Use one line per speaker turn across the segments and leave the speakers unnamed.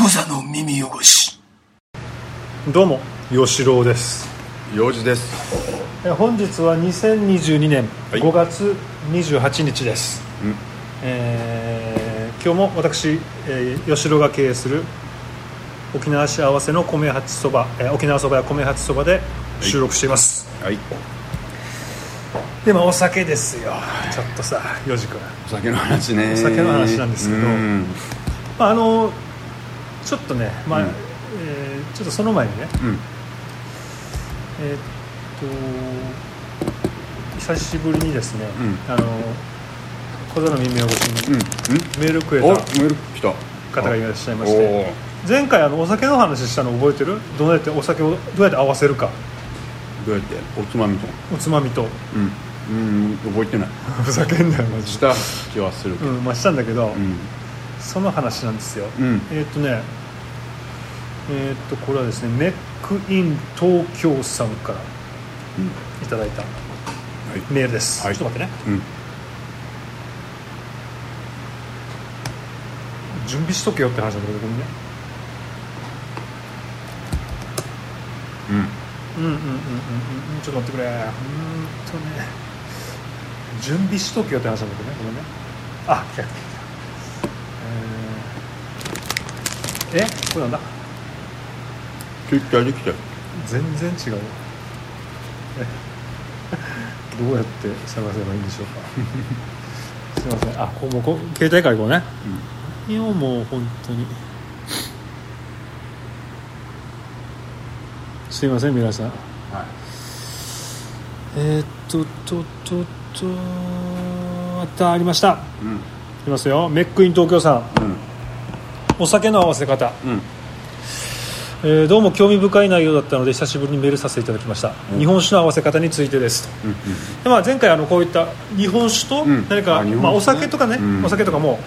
無座の耳汚し
どうも吉郎です
用事です
え本日は2022年
はい
5月28日です、
うん
えー今日も私、えー、吉郎が経営する沖縄市合わせの米八そば、えー沖縄そばや米八そばで収録しています、
はい
でもお酒ですよちょっとさよじくん
お酒の話ね
お酒の話なんですけど
うん
まああのちょっとね、まあ
うん
えーちょっとその前にね、
うん
えーっと久しぶりにですね、あの小座の耳汚し
うんう
に
ん
メールくれ
お
た
メール来た
方がいらっしゃい
お
まして
ー
前回あのお酒の話したの覚えてるどうやってお酒をどうやって合わせるか
どうやっておつまみと
おつまみと
うんうん覚えてない
ふざけんなよマジ
し
で、
た気はするけ
う
ど
んまあ、したんだけど、
うん
その話なんですよ、
うん
えーっとねえーっとこれはですねネックイン東京さんから
うん
いただいた
はい
メールです、
はい
ちょっと待ってね
うん
準備しとけよって話なんだけどごめんね
うん
うんうんうんうんうんちょっと待ってくれうーんとね準備しとけよって話なんだけどねごめんねあ来た来た来たえーえこれなんだ
ツイッターできたよ
全然違う わえどうやって探せばいいんでしょうか すいませんあこうもうこう携帯からいこうねいやもう本当にすいません皆さん
はい
えー、っととととあったありました
うん
いきますよメックイン東京さん
うん
お酒の合わせ方、
うん
えーどうも興味深い内容だったので久しぶりにメールさせていただきました、
うん
日本酒の合わせ方についてですと
うん
でまあ、前回あのこういった日本酒と
うん
何か、
あ日本酒ね
まあ、お酒とかね、
うん
お酒とかも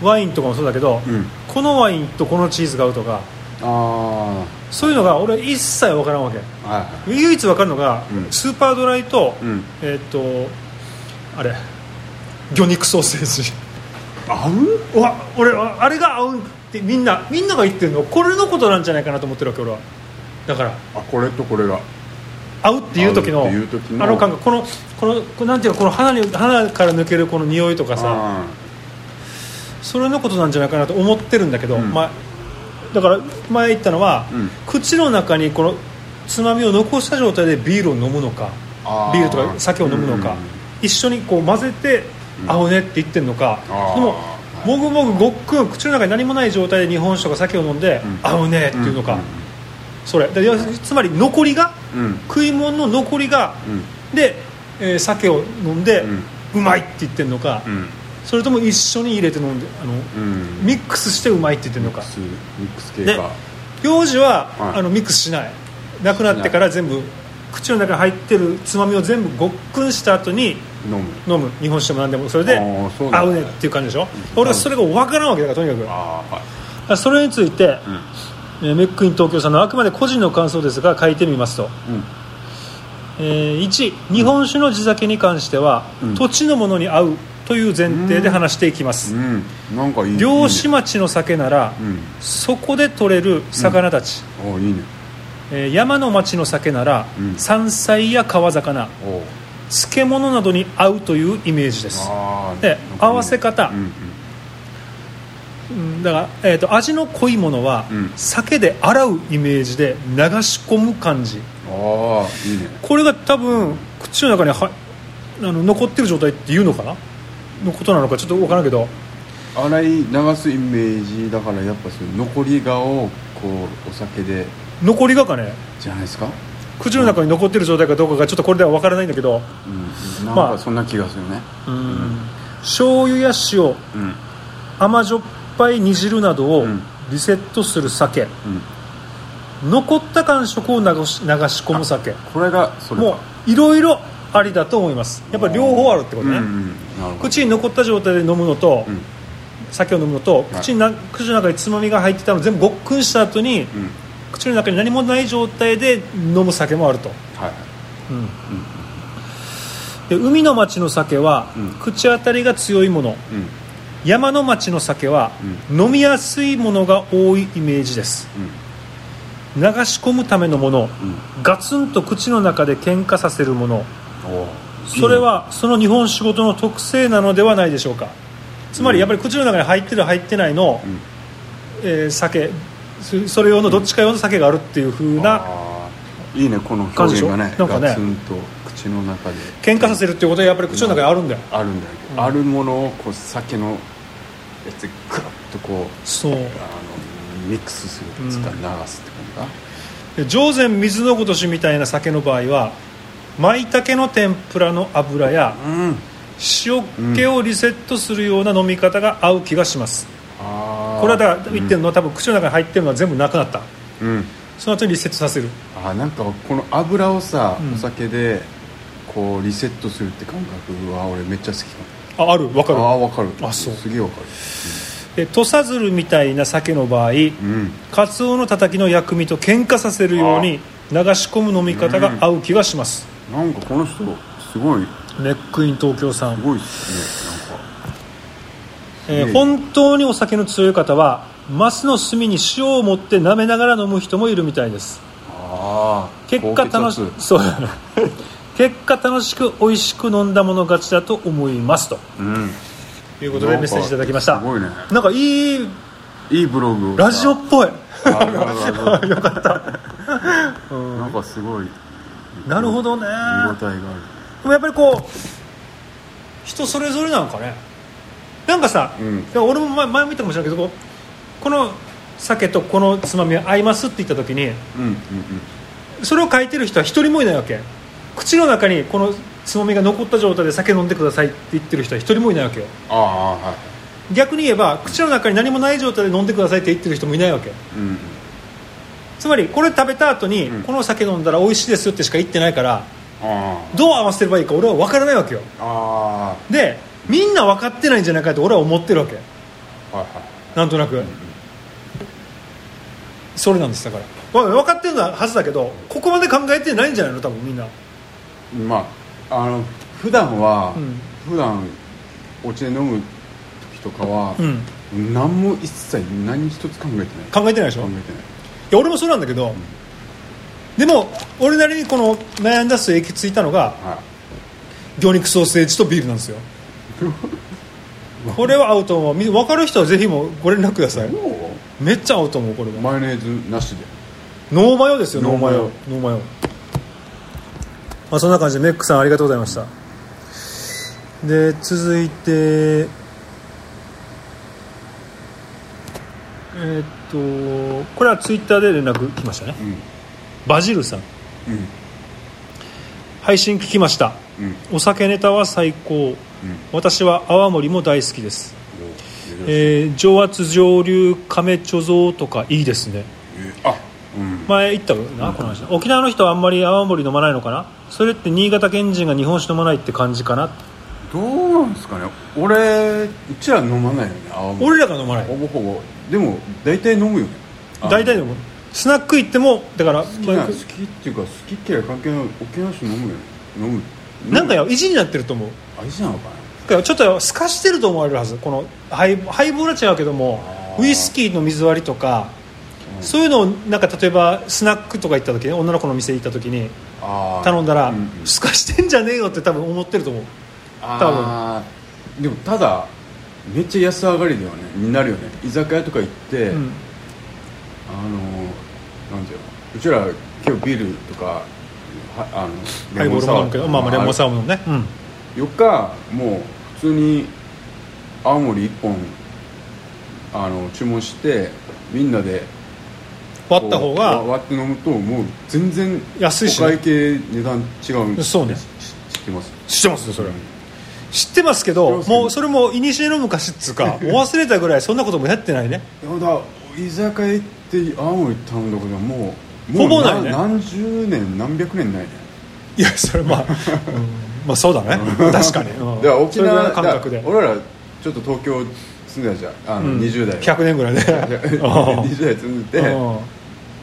ワインとかもそうだけど、
うんうん
このワインとこのチーズが合うとか
あ
そういうのが俺は一切分からんわけ
あは
唯一分かるのが、
うん
スーパードライと、
いうん
えーっとあれ魚肉ソーセージ
合う
うわ俺はあれが合うってみんなみんなが言ってるのこれのことなんじゃないかなと思ってるわけ俺はだから
あこれとこれが
合うっていう時の
合うっていう時の
あの感覚このこのこのなんていうのこの鼻に鼻から抜けるこの匂いとかさ、
あ
それのことなんじゃないかなと思ってるんだけど、
うん
まあ、だから前言ったのは、
うん
口の中にこのつまみを残した状態でビールを飲むのか
あー
ビールとか酒を飲むのか、
うん
一緒にこう混ぜて
うん
合うねって言ってるのか、
あー
でももぐもぐごっくん口の中に何もない状態で日本酒とか酒を飲んで、
うん
合うねっていうのか、それで要するにつまり残りが
うんうん
食い物の残りが
うん
で、えー酒を飲んで、
う
う
ん
まいって言ってるのか、
うん
それとも一緒に入れて飲んであの、
うん
ミックスしてうまいって言ってるのか
ミックス系
で
か
幼児は、
はい
あのミックスしないなくなってから全部口の中に入ってるつまみを全部ごっくんした後に
飲む
飲む日本酒でも何でもそれで
あーそうな
合
ん
う
だ
ねっていう感じでしょ俺はそれが分からんわけだからとにか
ああはい
くあそれについて、
うん
えーメックイン東京さんのあくまで個人の感想ですが書いてみますと、
うん
えー1日本酒の地酒に関しては、
うん
土地のものに合うという前提で話していきます、
うん、なんかいい
漁師町の酒なら、
いいね
そこで取れる魚たち、
うん、おいいね
えー山の町の酒なら、
うん
山菜や川魚
お
漬物などに合うというイメージです
あー
で
なんかいいね
合わせ方
うんうん、
うんだから、えー、と味の濃いものは、
うん
酒で洗うイメージで流し込む感じ
ああいいね
これが多分口の中にはあの残ってる状態っていうのかなのことなのかちょっと分からんけど
洗い流すイメージだからやっぱその残りがをこうお酒で
残りがかね
じゃないですか、
口の中に残ってる状態かどうかがちょっとこれでは分からないんだけど
うん、なん
まあ
かそんな気がするね、
うん醤油や塩
うんうん
甘じょっぱい煮汁などを
うん
リセットする酒、残った感触を流し流し込む酒
これがそれか
もういろいろありだと思いますやっぱり両方あるってことね、
うんうん、なるほど
口に残った状態で飲むのと、
うん
酒を飲むのと口にな口の中につまみが入ってたのを全部ごっくんした後に、
うん
口の中に何もない状態で飲む酒もあると、
はいはい
うんで海の町の酒は、
うん
口当たりが強いもの
うん
山の町の酒は
う
飲みやすいものが多いイメージです流し込むためのもの
うん
ガツンと口の中で喧嘩させるもの
おー
それはその日本仕事の特性なのではないでしょうかつまりやっぱり口の中に入ってる入ってないの、
うん
えー酒そそれ用のどっちか用の酒があるっていう風な
あーいいねこの表現がね
感じでしょなんかね
ガツンと口の中で
喧嘩させるっていうことはやっぱり口の中にあるんだよ
あるんだけど、あるものをこう酒のやつでグッとこう
そう
あのミックスするっつうか
う
流すって感
で上善水の如しみたいな酒の場合は舞茸の天ぷらの油や
じかうん
塩気をリセットするような飲み方が合う気がします、
あー
これはだから言ってるのは多分口の中に入ってるのは全部なくなった
うん、うん
その後にリセットさせる
あーなんかこの油をさ、
うん
お酒でこうリセットするって感覚は俺めっちゃ好きか
ああるわか
も
る
ああーわかる
あそう
すげえわかる
で土佐鶴みたいな酒の場合
うん
カツオのたたきの薬味と喧嘩させるように流し込む飲み方が合う気がします、
なんかこの人すごい
ネックイン東京さ
す
ん、
ごいっすねなんか
えー
うん
本当にお酒の強い方はマスの隅に塩を持って舐めながら飲む人もいるみたいです
ああ
結果楽しそう 結果楽しく美味しく飲んだもの勝ちだと思いますと
うん
いうことでメッセージいただきました
すごいね
なんかいい
いいブログをさ
ラジオっぽい
ああるあるあるよかった、なんかすごい
なるほどね
見応えがある
でもやっぱりこう人それぞれなのかねなんかさ、
うん
でも俺も前前見たかもしれないけどこうこの酒とこのつまみは合いますって言った時に
うんうん
それを書いてる人は一人もいないわけ口の中にこのつまみが残った状態で酒飲んでくださいって言ってる人は一人もいないわけよ
ああはい
逆に言えば口の中に何もない状態で飲んでくださいって言ってる人もいないわけ
うん
つまりこれ食べた後に、
うん
この酒飲んだら美味しいですよってしか言ってないから
あ
どう合わせればいいか俺は分からないわけよ
ああ
でみんな分かってないんじゃないかと俺は思ってるわけ
あはい
なんとなく、それなんですだからわ分かってるはずだけどここまで考えてないんじゃないの多分みんな
はいまああの普段は、
うん
普段お家で飲む時とかは
う、ん
何も一切何一つ考えてない
考えてないでしょ、
考
い
えてない
や俺もそうなんだけど、でも俺なりにこの悩んだ末行き着いたのが
は
魚肉ソーセージとビールなんですよこれは合うと思うみ分かる人はぜひもうご連絡ください
いも
めっちゃ合うと思うこれは
うマヨネーズなしで
ノーマヨですよノ
ノ
ー
ー
マ
マ
ヨ
ヨ
ノーマヨまあそんな感じでメックさんありがとうございましたで続いてえーっとこれはツイッターで連絡来ましたね
うん
バジルさん
うん
配信聞きました
うん
お酒ネタは最高
うん
私は泡盛も大好きです、
お珍しい
えー上圧上流亀貯蔵とかいいですね
えーあうん
前言ったかなこの話沖縄の人はあんまり泡盛飲まないのかなそれって新潟県人が日本酒飲まないって感じかな
どうなんですかね俺うちら飲まないよね青森
俺らが飲まない
ほぼほぼでも大体飲むよね
大体で
む
もスナック行ってもだから
好きな
まあ
好きっていうか好き嫌い関係ない沖縄市飲むよね飲む
なんか
や
よ意地になってると思う
味なのかな
だからちょっとすかしてると思われるはずこのハイハイボールは違うけども
あー
ウイスキーの水割りとか
うん
そういうのをなんか例えばスナックとか行った時に女の子の店行った時に
あー
頼んだら
う
すかしてんじゃねえよって多分思ってると思う
あーでもただめっちゃ安上がりだよねになるよね居酒屋とか行って、
うん
あのーなんていうのうちら今日ビールとかはあの
ハイボールも飲むけどまあまあレモンサワーも飲むねうん
よっかもう普通に青森1本あの注文してみんなで
割った方
こう
が
割って飲むともう全然
安いしね
お会計値段違う
そうね
し知ってます
知ってますねそれ
うん
知ってますけ
知って
ど
ますけど
もうそれもいにしえの昔っつう かお忘れたぐらいそんなこともやってないね
いやだ居酒屋行って青森頼んだことはもう
ほ
も
ぼ
う
ないね
何十年何百年ないね
いやそれまあ、うんまあそうだね 確かに、うん
だから沖縄
それぐらいの感覚で
だから俺らちょっと東京住んでたじゃんあの、
うん
20代
100年ぐらいね
20代住んでて
うん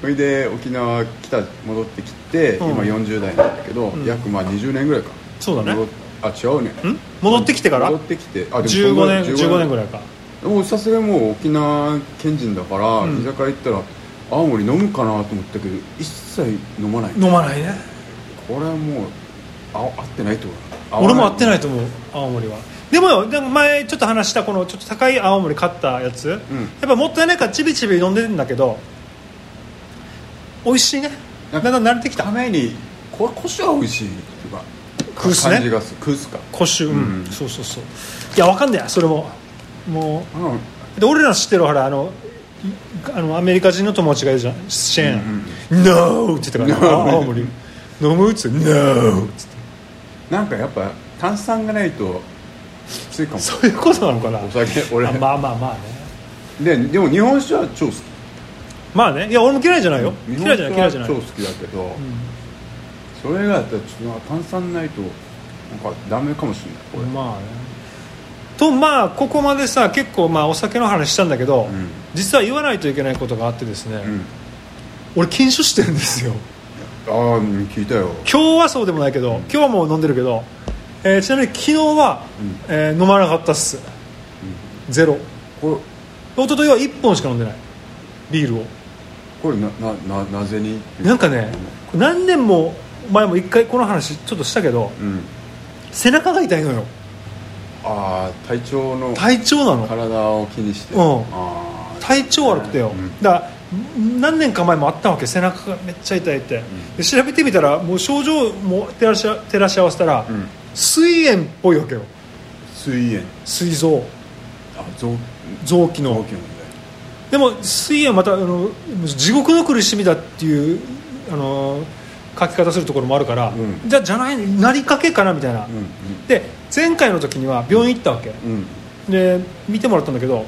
それで沖縄来た戻ってきて、
うん
今40代なんだけど、
ん
約まあ20年ぐらいか
そうだね
戻っあ違うね
ん戻ってきてから
戻ってきてあ
15年15年ぐら
らい
いか
もうさすがにもう沖縄県人だから、
うん
居酒屋行ったら青森飲むかなと思ったけど一切飲まない
飲まないね
これはもうあ合ってないってことだ
俺も合ってないいと思う青森はでもでも前ちょっと話したこのちょっと高い青森買ったやつ、やっ
うん
ぱもったいないからちびちび飲んでるんだけど美味しいねだ
なんん
だ
か
ん慣れてき
た
た
めにここしは美味しいっていうか
クースね
感じがするクースか
古酒うん、
うん
そうそうそういやわかんないそれもも
あの
うで俺らの知ってるほらあのいあのアメリカ人の友達がいるじゃんシェーン「NO!」って言って から、
No
あ青森飲むっつって「NO!」っつって
なんかやっぱ炭酸がないときついかも
そういうことなのかな
お酒俺
あまあまあまあね
ででも日本酒は超好き
まあねいや俺も嫌いじゃないよ
日
嫌
本
いじゃない
酒
嫌
はい
じゃない
超好きだけど、それがやったらちょっと炭酸ないとなんかダメかもしれないこ
ま
れ、
あねとまあここまでさ結構まあお酒の話したんだけど、
ん
実は言わないといけないことがあってですね、
うん
俺禁酒してるんですよ
ああうん聞いたよ
今日はそうでもないけど、今日はもう飲んでるけど、えーちなみに昨日は、
うん
えー飲まなかったっす、ゼロ
これ
一昨日は1本しか飲んでないビールを
これななななぜに
なんかね何年も前も一回この話ちょっとしたけど
うん
背中が痛いのよ
ああ体調の
体調なの
体を気にして、
うん
あー
体調悪くてよ、
うん
だから何年か前もあったわけ背中がめっちゃ痛いって、で調べてみたらもう症状も照らし照らし合わせたら、
うん
膵炎っぽいわけよ
水炎
膵臓
あ臓
臓器の
臓器の問
でも水炎はまたあの地獄の苦しみだっていうあの書き方するところもあるから、
うん
じゃじゃないなりかけかなみたいな、
題うん
で前回の時には病院行ったわけ、
うんうん
で見てもらったんだけど
はい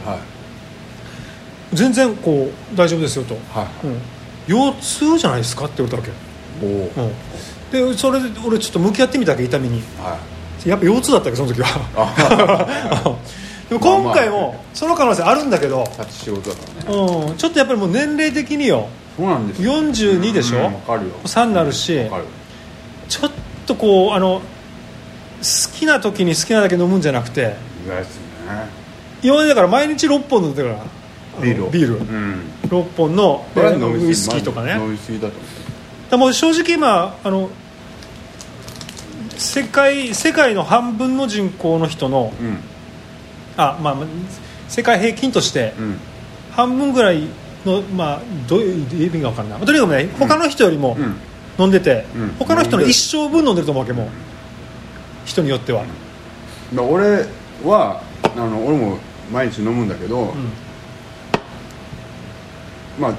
全然こう大丈夫ですよと、
はい
うん腰痛じゃないですかって言われたわ
おお、
け、うんでそれで俺ちょっと向き合ってみたわけ痛みに
はい
やっぱ腰痛だったわけどその 時は
あ
でも今回
まあま
もその可能性あるんだけど、
立ち仕事だからね
うん、ちょっとやっぱりもう年齢的によ
そうなんですよ
42でしょ
うんわかるよ
3になるし
わかる
ちょっとこうあの好きな時に好きなだけ飲むんじゃなくて
意外ですね
今までだから毎日6本飲んでたからあの
ビールを
ビール、
うん
6本の
これは
で
飲み過ぎ
ウイスキーとかね
飲み過ぎだと思
だからもう正直今あの世界世界の半分の人口の人の
ううん
あ、まあ、世界平均として
うん
半分ぐらいの、まあ、どういう意味が分かんないとにかくね他の人よりも
うん
飲んでて、
うん
他の人の一生分飲んでると思うわけもう人によっては、
まあ俺はあの俺も毎日飲むんだけど、
うん
ま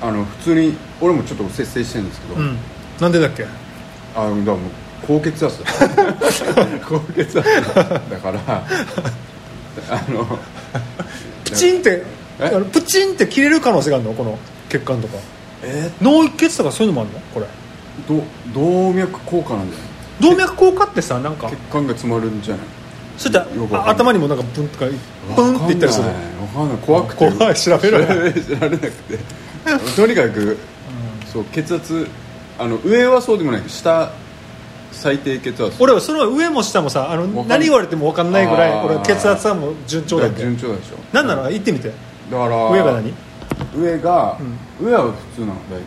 ああの普通に俺もちょっと節制してるんですけど、
うん、なんでだっけ
あのだからもう高血圧 だ高血圧だだからあの
プチンって
え
あのプチンって切れる可能性があるのこの血管とか
え
脳一血とかそういうのもあるのこれ
ど動脈硬化なんじゃな
動
い
脈硬化ってさなんか
血管が詰まるんじゃない
そういった
よくわかんない
頭にもなんかブンとかブンっていったりする
わかんないわかんない怖くて
怖い調べろよ
調べられなくてとにかくそう血圧あの上はそうでもないけど下最低血圧
俺はその上も下もさあの
かんない
何言われても分かんないぐらい
あー
俺は血圧はもう順調だっけ
順調でしょ
何なの言ってみて
だから
上が何
上が、上は普通なのだい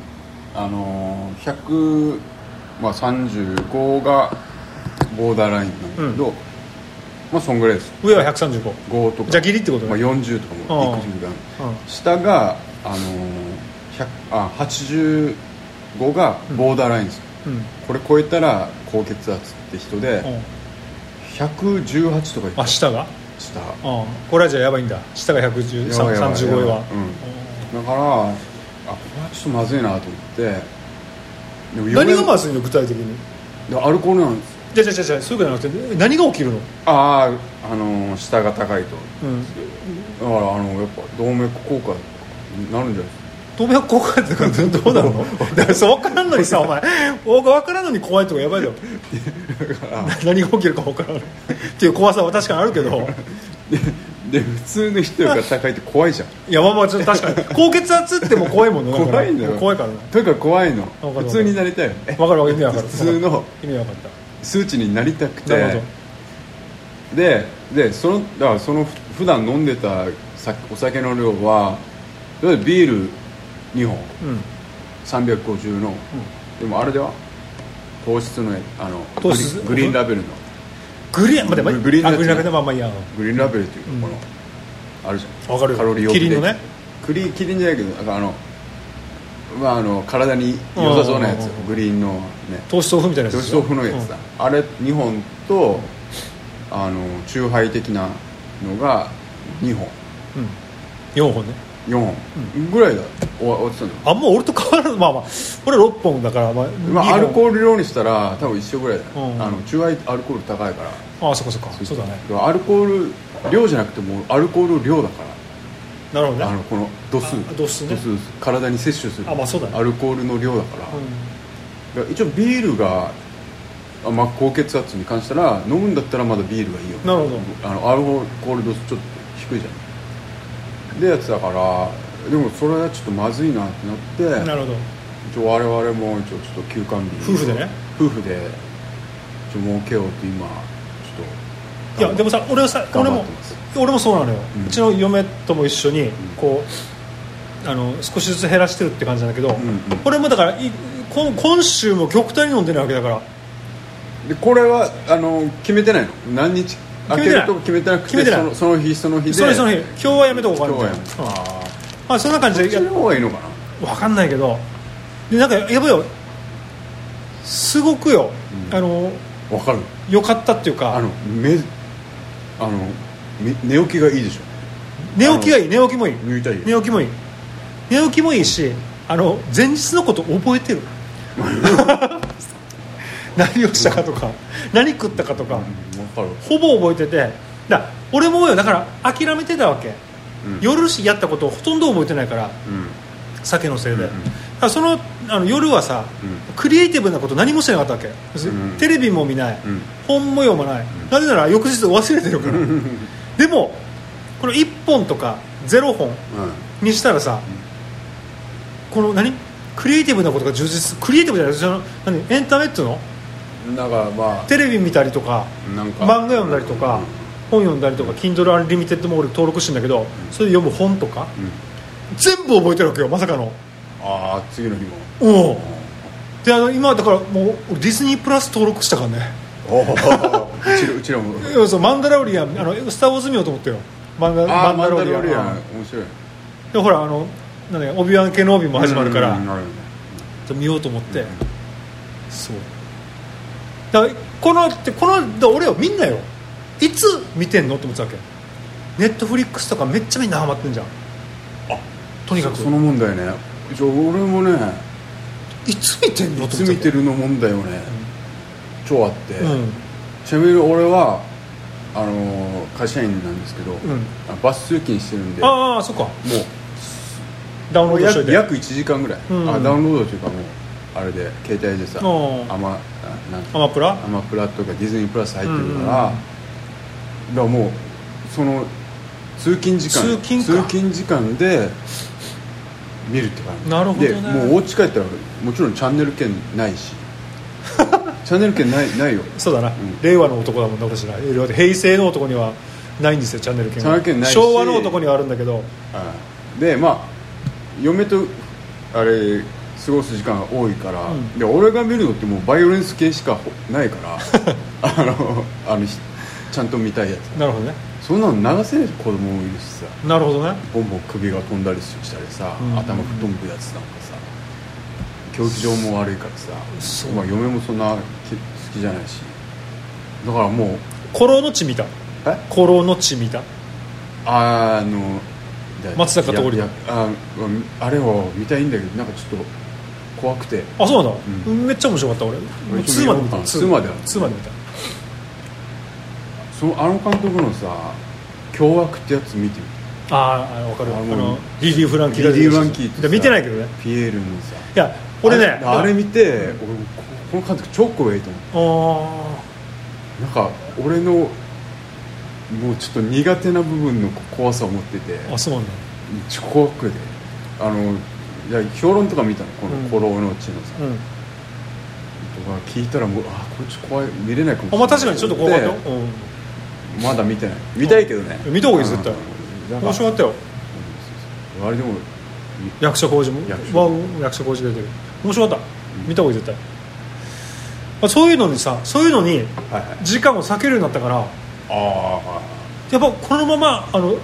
あのー、100まあ35がボーダーラインなんだけど、まあそんぐらいです
上は135
5とか
じゃあギリってことね
まあ、40とかも
うん
いくつかある
うん
下が、あのー、100あ85がボーダーラインですよ、
うん
これ超えたら高血圧って人で、
うん
118とかい
あ下が
下
うんこれはじゃあやばいんだ下が135
やばいやばい
上は
うん、だからあこれはちょっとまずいなと思ってでも
うん何がま
い
ずいの具体的に
アルコールなんです
じゃあじゃあじゃあじゃあそういうことじゃなくて何が起きるの
あああのー下が高いと
うん
だからあのやっぱ動脈硬化になるんじゃないですか
動脈硬化ってことどうなるの だからそう分からんのにさお前僕分からんのに怖いとかやばいだろ何が起きるか分からんっていう怖さは確かにあるけど
で普通の人より高いって 怖いじゃん
いやまあまあちょっと確かに高血圧ってもう怖いもんねだから
怖いんだよ
怖いからね
とにかく怖いの
かるわかる
普通になりたいよね
分かるわけ意味分かる
普通の
意味分かった
数値になりたくて
なるほ
ででそのだからそのふ普段飲んでたさお酒の量は例えばビール2本
うん
350の、でもあれでは糖質のあの
糖質
グリーンラベルの
グリーン待って待って
グリーン
あ
のやつ
グリーンだけでまあまあいいや
グリーンラベルっていうか、このあるじゃん
わかるよ
カロリーオフ
キリンのね
クリキリンじゃないけどなんかあのまああの体に良さそうなやつ
うんうんうんうん
グリーンのね
糖質オフみたいなやつ
女
で
子
しょ
豆腐のやつだ、あれ2本とあのチューハイ的なのが2本
うん、4本ね
4本、ぐらいだ終わ終わってたの
あんま俺と変わらずまあまあ俺6本だからまあ、
まあ、アルコ
ー
ール量にしたら多分一緒ぐらいだ、
うんうん
あのチューハイアルコール高いから
ルああそっかそっかそうだね
アルコール量じゃなくてもうアルコール量だから
なるほどね
あのこの度数
あ度数ね
体に摂取する
あまあそうだね
アルコールの量だから,、一応ビールが、あまあ、高血圧に関したら飲むんだったらまだビールがいいよ
なるほど
あのアルコール度数ちょっと低いじゃんでやつだからでもそれはちょっとまずいなってな
うん、
っ
な
て
るほど
一応我々も一応ちょっと休館日
夫婦でね
夫婦でちょっと儲けようって今
い
ちょっと
やでもさ俺はさ
頑
俺
張っ
も
てます
俺もそうなのよ、
う
うんちの嫁とも一緒にこうあの少しずつ減らしてるって感じなんだけど、
んうん
俺もだからい今今週も極端に飲んでないわけだから
でこれはあの決めてないの何日開けるとこ決めてなくて
決めてない
そのその日その日で
それその日今日はやめとこうかな
今
み
日
た
はい
な
やめとこ
う
う
んまあそんな感じ
そっ
で
ちの
い
方がいいのかな
やわかんないけどでなんかやっぱよすごくよ、
うん
あの
わかる
良かったっていうか
あの目あのめ寝起きがいいでしょ
寝起きがいい寝起きもいい
抜いたい
寝起きもいい寝起きもいいしあの前日のこと覚えてる 何をしたかとか何食ったかとか、
うんわかる
ほぼ覚えててだ俺もよだから諦めてたわけ、
うん
夜しやったことをほとんど覚えてないから
うん
酒のせいで、
うんうん
だからそのあの夜はさ、
う
クリエイティブなこと何もしてなかったわけ、
ん
テレビも見ない、
うん
本も読まない、なぜなら翌日忘れてるからでもこの1本とか0本にしたらさ、この何クリエイティブなことが充実クリエイティブじゃないその何エンタメっていうの
うんなんかま
テレビ見たりとか
あなんか
漫画読んだりとか、本読んだりとか Kindle Unlimited も俺登録してんだけど、それで読む本とか
うんうん
全部覚えてるわけよまさかの
ああ次の日も
うんであの今だからもう俺ディズニープラス登録したからね
おおうちらうちらも
いやそうマンダロリアンあのスター・ウォーズ見ようと思ったよマンダ
ああ
マ
マ
ンダロ
ンダ
リア
ロ
ン
リアン面白い
でほらあのなんだよオビワン系のオビも始まるから、
うんなる
見ようと思って、そうだからこのってこのだから俺はみんなよいつ見てんのって思ってたわけネットフリックスとかめっちゃみんなハマってんじゃんあとにかく
その問題ねじゃあ俺もね
いつ見てんの
い
って
つ
思っ
見
て
て
たわ
るの問題をね、超あって、
けうん
ちなみに俺はあのー会社員なんですけど、
ん
あバス通勤してるんでも
ああそっか
う
ダウンロードしとい
約
て
約1時間ぐらい、
うん
あダウンロードというかもうあれで携帯でさア
おー
マあなん
アマプラ
アマプラとかディズニープラス入って
う
るから、
ん
だからもうその通勤時間
通勤か
勤時間で見るって感じ
なるほどね
でもうお家帰ったらもちろんチャンネル権な いしチャンネル権ないないよ
そうだな、
ん
令和の男だもんな私ら令和で平成の男にはないんですよチャンネル権
チャンネル権ないし
昭和の男にはあるんだけど
でまあ嫁とあれ過ごす時間が多いから、
うん
で俺が見るのってもうバイオレンス系しかほないから あのあのひちゃんと見たいや
なるほどね
つそんなの流せる子供もいるしさ
なるほどね
ボンボン首が飛んだりしたりさ、
うん
頭吹っ飛ぶやつなんかさ競技場も悪いからさ
そう
まあ、嫁もそんなき好きじゃないしだからもう
古老の地見た
え
古老の地見た
あのだ
松坂桃李
いやいやあうんあれを見たいんだけどなんかちょっと怖くて
あそうなんだ、
う
めっちゃ面白かった俺
俺
2まで見た
あ2まで
2まで見た
そのあの監督のさ「凶悪」ってやつ見てみ
あーあ分かる
あ
あ
もう
のリリー・フランキー
リリー・ワンキー
で見てないけどね
ピエールのさ
いや俺ね
あれあれ見て俺この監督超怖いと思
あー
うなんか俺のもうちょっと苦手な部分の怖さを持ってて
あそうなんだ
ちょっと怖くてあのいや評論とか見たのこの
うん
「コロのうち」のさ、
うん
とか聞いたらもうあこれちょっと怖い見れないかもしれ
あ
ない
まあ確かにちょっと怖かったよ、
で
うん、
まだ見てない見たいけどね
見た方がいい絶対
うん
面白かったよ
あれでも
役者工事も
役所
わ役者工事出てる面白かった見た方がいい絶対、まあ、そういうのにさそういうのに
はいはい
時間を避けるようになったから
ああは
やっぱこのままあの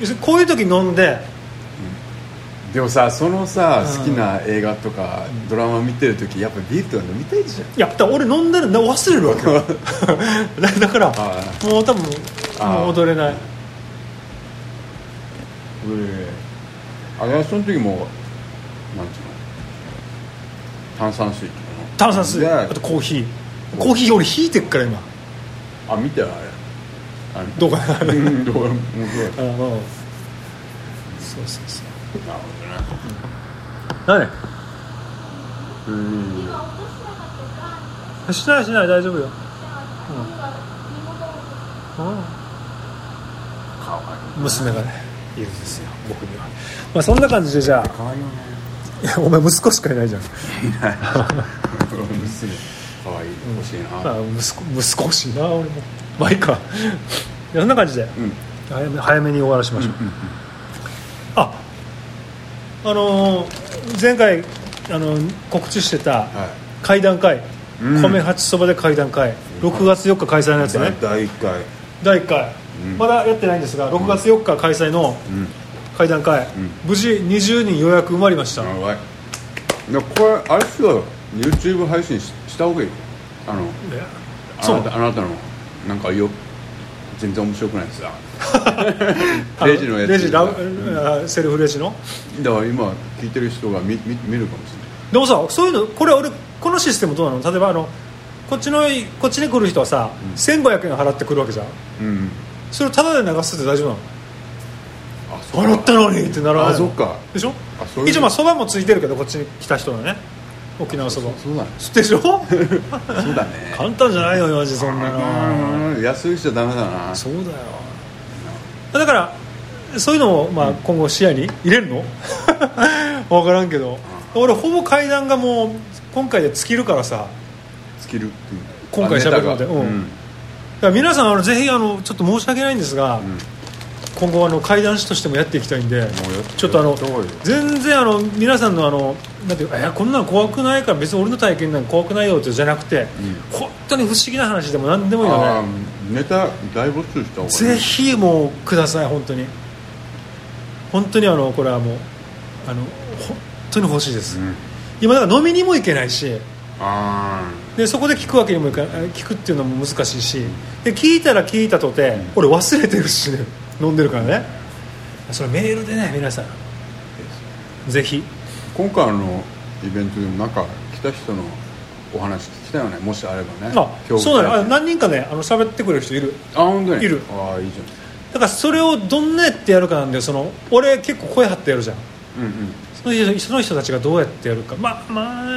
要するにこういう時飲んで
いでもさそのさ
うん
好きな映画とかドラマ見てる時やっぱビールとか飲みたいじゃん
いやだから俺飲んだらな忘れるわけ よだだから
あ
もう多分
あ
もう踊れない
ええあれはその時もなんていうの炭酸水っていうの
炭酸水
で
あとコーヒーコーヒー俺引いてっから今
あ見てよあれあれ
どうかなうん
うんどう面白い
そうそうそう
なるほ
何ね
どねうん
しないしない大丈夫ようん、うん
かわ
娘がねいるんですよ僕には、まあ、そんな感じでじゃあ
いかわいいよね
いやお前息子しかいないじゃん、
いない娘かわいい欲しいな
まあ、息子息子欲しいな俺もまあいいかいやそんな感じで
うん
早め早めに終わらしましょう、ああのー前回あの告知してた
はい
会談会、
うん
米八そばで会談会6月4日開催のやつね、
第一回
第1回、
うん
まだやってないんですが6月4日開催の
うん
会談会、
ん
無事20人予約埋まりました、
やばいでもこれあれっすよ YouTube 配信しした方がいいあの
ね
あ
そう
なたあなたのなんかよ全然面白くないですよレジのやつ
レジラブ、
うん
あセルフレジの
だから今聞いてる人が見見見るかもし
でもさそういうのこれ俺このシステムどうなの例えばあのこっちのこっちに来る人はさ、
うん
1500円払ってくるわけじゃん
れないうん
それをタダで流すって大丈夫な
あそ
の払ったのにってならないの
あそっか
でしょ
あそういう
一応まあそばもついてるけどこっちに来た人のね沖縄そば
そうだね
でしょ
そうだね
簡単じゃないよマジそんなの
うん安い人ダメだな
そうだよだからそういうのをまあ今後視野に入れ るの分からんけど俺ほぼ階段がもう今回で尽きるからさ
スキルっていう
今回
あネタが
喋ってもらってうん
うん
だから皆さんあのぜひあのちょっと申し訳ないんですが、
ん
今後あの怪談師としてもやっていきたいんで
うやっ
ちょっとあ
や
の
った方がいいよ
全然あの皆さんのあのなんていうかいやこんなの怖くないから別に俺の体験なんか怖くないよってじゃなくて、本当に不思議な話でも何でもいい
あ
のね
ーネタ大募集した方がいい
ぜひもうください本当に本当にあのこれはもうあの本当に欲しいです、
うん
今だから飲みにも行けないし
あ
でそこで聞くわけにもいかない聞くっていうのも難しいしで聞いたら聞いたとて、俺忘れてるし、ね、飲んでるからねそれメールでね皆さんぜひ
ー今回のイベントでもなんか来た人のお話聞きたいよねもしあればね
あ
興味
そうだねあ
あ
何人かねあの喋ってくれる人いる
本当に
いる
ああいいじ
だからそれをどんなやってやるかなんだよその俺結構声張ってやるじゃん
ゃんうんうん
その人その人たちがどうやってやるかまあまあ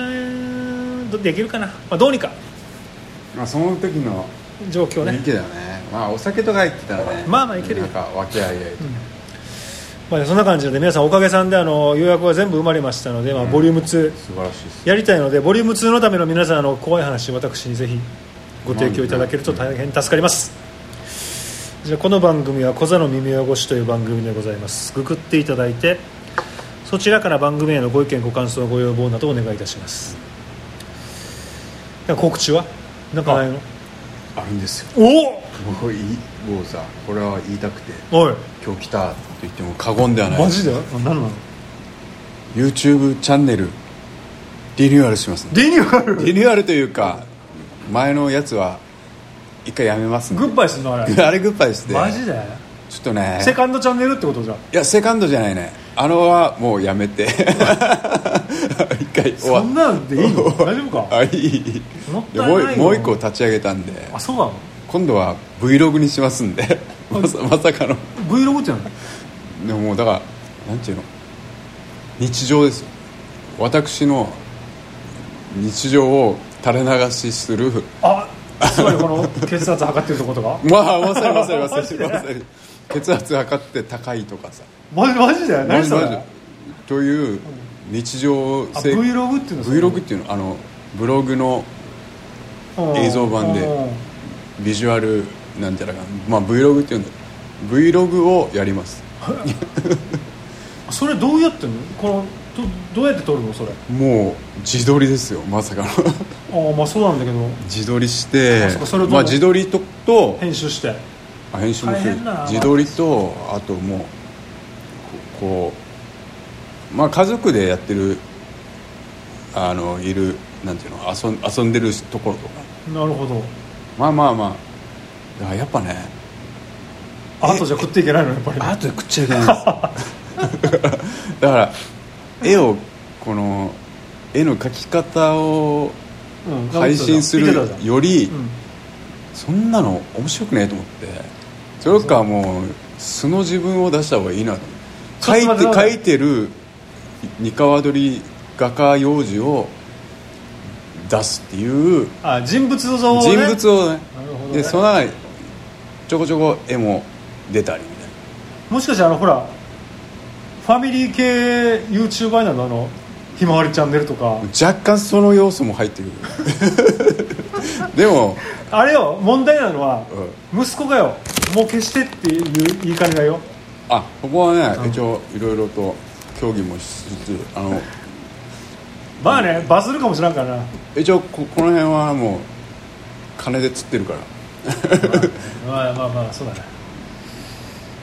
どできるかな、まあ、どうにか
まあその時の
状況
雰
ね
囲気だよねまあお酒とか入ってたらね
まあまあいけるよ
なんか和気あいあいと
まあ、そんな感じで皆さんおかげさんであの予約は全部埋まりましたので、まあ、ボリューム2
素晴らしいです
やりたいのでボリューム2のための皆さんあの怖い話私にぜひご提供いただけると大変助かりますじゃあこの番組は「小座の耳汚し」という番組でございますググっていただいてそちらから番組へのご意見ご感想ご要望などお願いいたしますなんか告知はなんかないの
あるんですよ
おお
もういいもうさこれは言いたくて
おい
今日来たと言っても過言ではない
マジで何なの
YouTube チャンネルリニューアルしますね
リニューアル
リニューアルというか前のやつは一回やめますね
グッバイするのあれ
あれグッバイして
マジで
ちょっとね
セカンドチャンネルってことじゃん
いやセカンドじゃないねあのはもうやめて 一回終わ
そんなんでい いの
終わ
大丈夫か
あいいいい
もったい
で
ない
も
よ
うもう一個立ち上げたんで
あそうなの
今度は Vlog にしますんでまさまさかの
Vlog ってなの
でももうだからなんていうの日常ですよ私の日常を垂れ流しする
あつまりこの血圧測ってるとことか
まあまさにまさにまさ
マジ
に
で
まさに血圧測って高いとかさ
マジマジで何それ
マジマジという日常
あ
生
Vlog っていうの
Vlog っていうのあのブログの
うん
映像版で
うん
ビジュアルなんちゃらかまあ Vlog っていうんだ Vlog をやります
それどうやってんのこのどどうやって撮るのそれ
もう自撮りですよまさかの
ああまあそうなんだけど
自撮りして
あそうかそれをどう
まあ自撮りとと
編集して
あ編集もする
大変だな
自撮りとあともうここうまあ家族でやってるあのいるなんていうの遊ん遊んでるところとか
なるほど
まあまあまああやっぱね
あとじゃ食っていけないのやっぱり
アートで食っちゃいけないんですよ だから絵をこの絵の描き方を
うん
配信す
見
る
てたじゃん
より
うん
そんなの面白くないと思ってそれかもう素の自分を出した方がいいなと
ちょ
書
っと待
いて
って
書いてる三河鳥画家幼児を出すっていう
あ人物像をね
人物をね
なるほどね
でその中にちょこちょこ絵も出たりみたいな
もしかしてあのほらファミリー系 YouTuber になるのあのひまわりチャンネルとか
若干その要素も入ってくる でも、
あれよ問題なのは
うん
息子がよもう消してっていう言いかねがよ
あここは
うん
ね一応いろいろと競技もしつつあの
まあねバズるかもしらんからな
一応ここの辺はもう金で釣ってるから
まあまあまあそうだね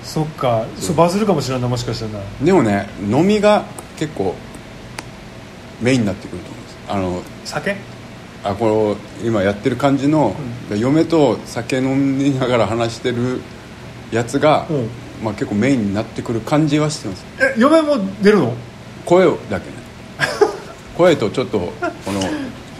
そっかそうバズるかもしれんなもしかしたらな
でもね飲みが結構メインになってくると思うんですあの
酒
あこれ今やってる感じの、嫁と酒飲みながら話してるやつが、
うん
まあ、結構メインになってくる感じはしてます
え嫁も出るの
声 だけね声とちょっとこの
な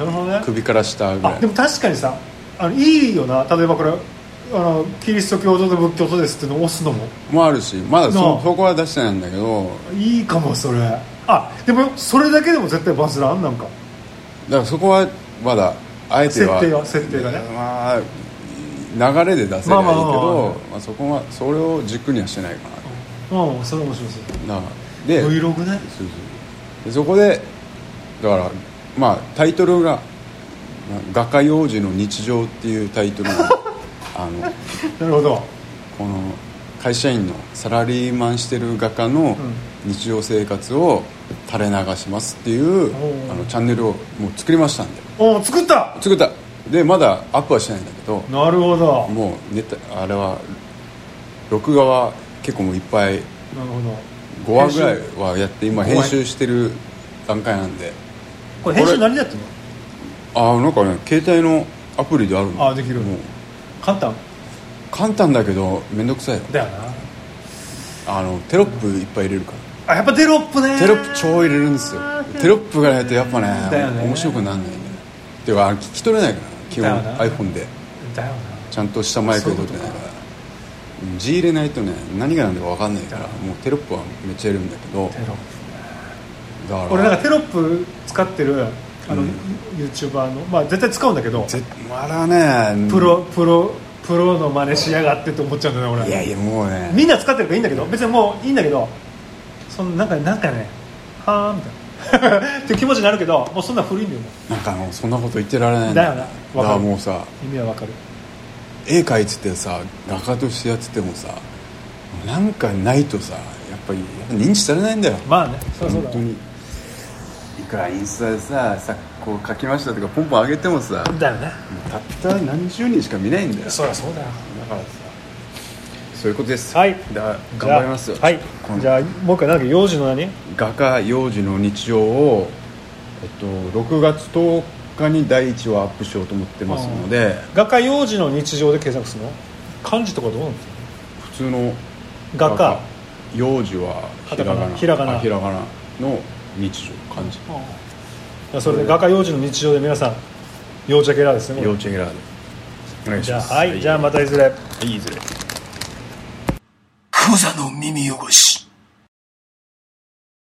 るほどね
首から下ぐら
あ
い
でも確かにさあのいいよな例えばこれあのキリスト教徒で仏教徒ですっていうのを押すのも
もあるしまだ
な
そ
あ
そこは出してないんだけど
いいかもそれあでもそれだけでも絶対バズらんなんか
だからそこはまだあえては
設定は設定がね
まあ流れで出せりゃいい
まあ
けど、ま
まあまあ
あ、そこはそれを軸にはしてないかな
うんそれ面白そう
だからでそう
Vlog ね
そうでそこでだからまあタイトルが「画家幼児の日常」っていうタイト ルなのあの
なるほど
この会社員のサラリーマンしてる画家の日常生活を垂れ流しますっていう、
おー
あのチャンネルをもう作りましたんで
お作った
作ったでまだアップはしてないんだけど
なるほど
もうネタあれは録画は結構もういっぱい
なるほど
5話ぐらいはやって今
編集
編集してる段階なんで
これ
こ
編
れ
集何でやってんの
ああんかね携帯のアプリであるの
あーできる
もう
簡単
簡単だけど面倒くさいよ
だよな
あのテロップいっぱい入れるから
あやっぱテロップね
テロップ超入れるんですよテロップがないとやっぱね
だよね
面白くなんないんだよっていうかあの聞き取れないから基
だ
本
よな
iPhone で
だよな
ちゃんとしたマイクで撮ってないからうん字入れないとね何が何だか分かんないからもうテロップはめっちゃ入れるんだけど
テロッ
だから
プ俺なんかテロップ使ってるあの、
うん
YouTuber のまあ絶対使うんだけど
ぜまだね
プロプロプロの真似しやがってって思っちゃうんだよね俺
いやいやもうね
みんな使ってるからいいんだけど別にもういいんだけどそのなんかなんかねはあみたいな っていう気持ちになるけどもうそんな古いんだよも
なんかもうそんなこと言ってられないん
だよなわかる
だからもうさ
う意味はわかる
絵描いててさ画家としてやっててもさなんかないとさやっぱり認知されないんだよ
まあねそうそうだ
本当にいくらインスタでささこう描きましたとかポンポン上げてもさ
だよね
たった何十人しか見ないんだよ
そりゃそうだよ
だからさそういうことです
はい
だ頑張りますよ
じゃあはい
この
じゃあもう一回なんか幼児の何
画家幼児の日常を、えっと、6月10日に第1話アップしようと思ってますので
画家幼児の日常で検索するの漢字とかどうなんですか
普通の
画家
幼児はひらがな
カタカナひらがな
あひらがなの日常漢字
じゃあそれで画家幼児の日常で皆さん幼児だけらですねこ
幼
れ
稚園ラーでお願いし
じゃ
ま
あ
す
はいじゃあまたいずれ
いいずれ
クザの耳汚し。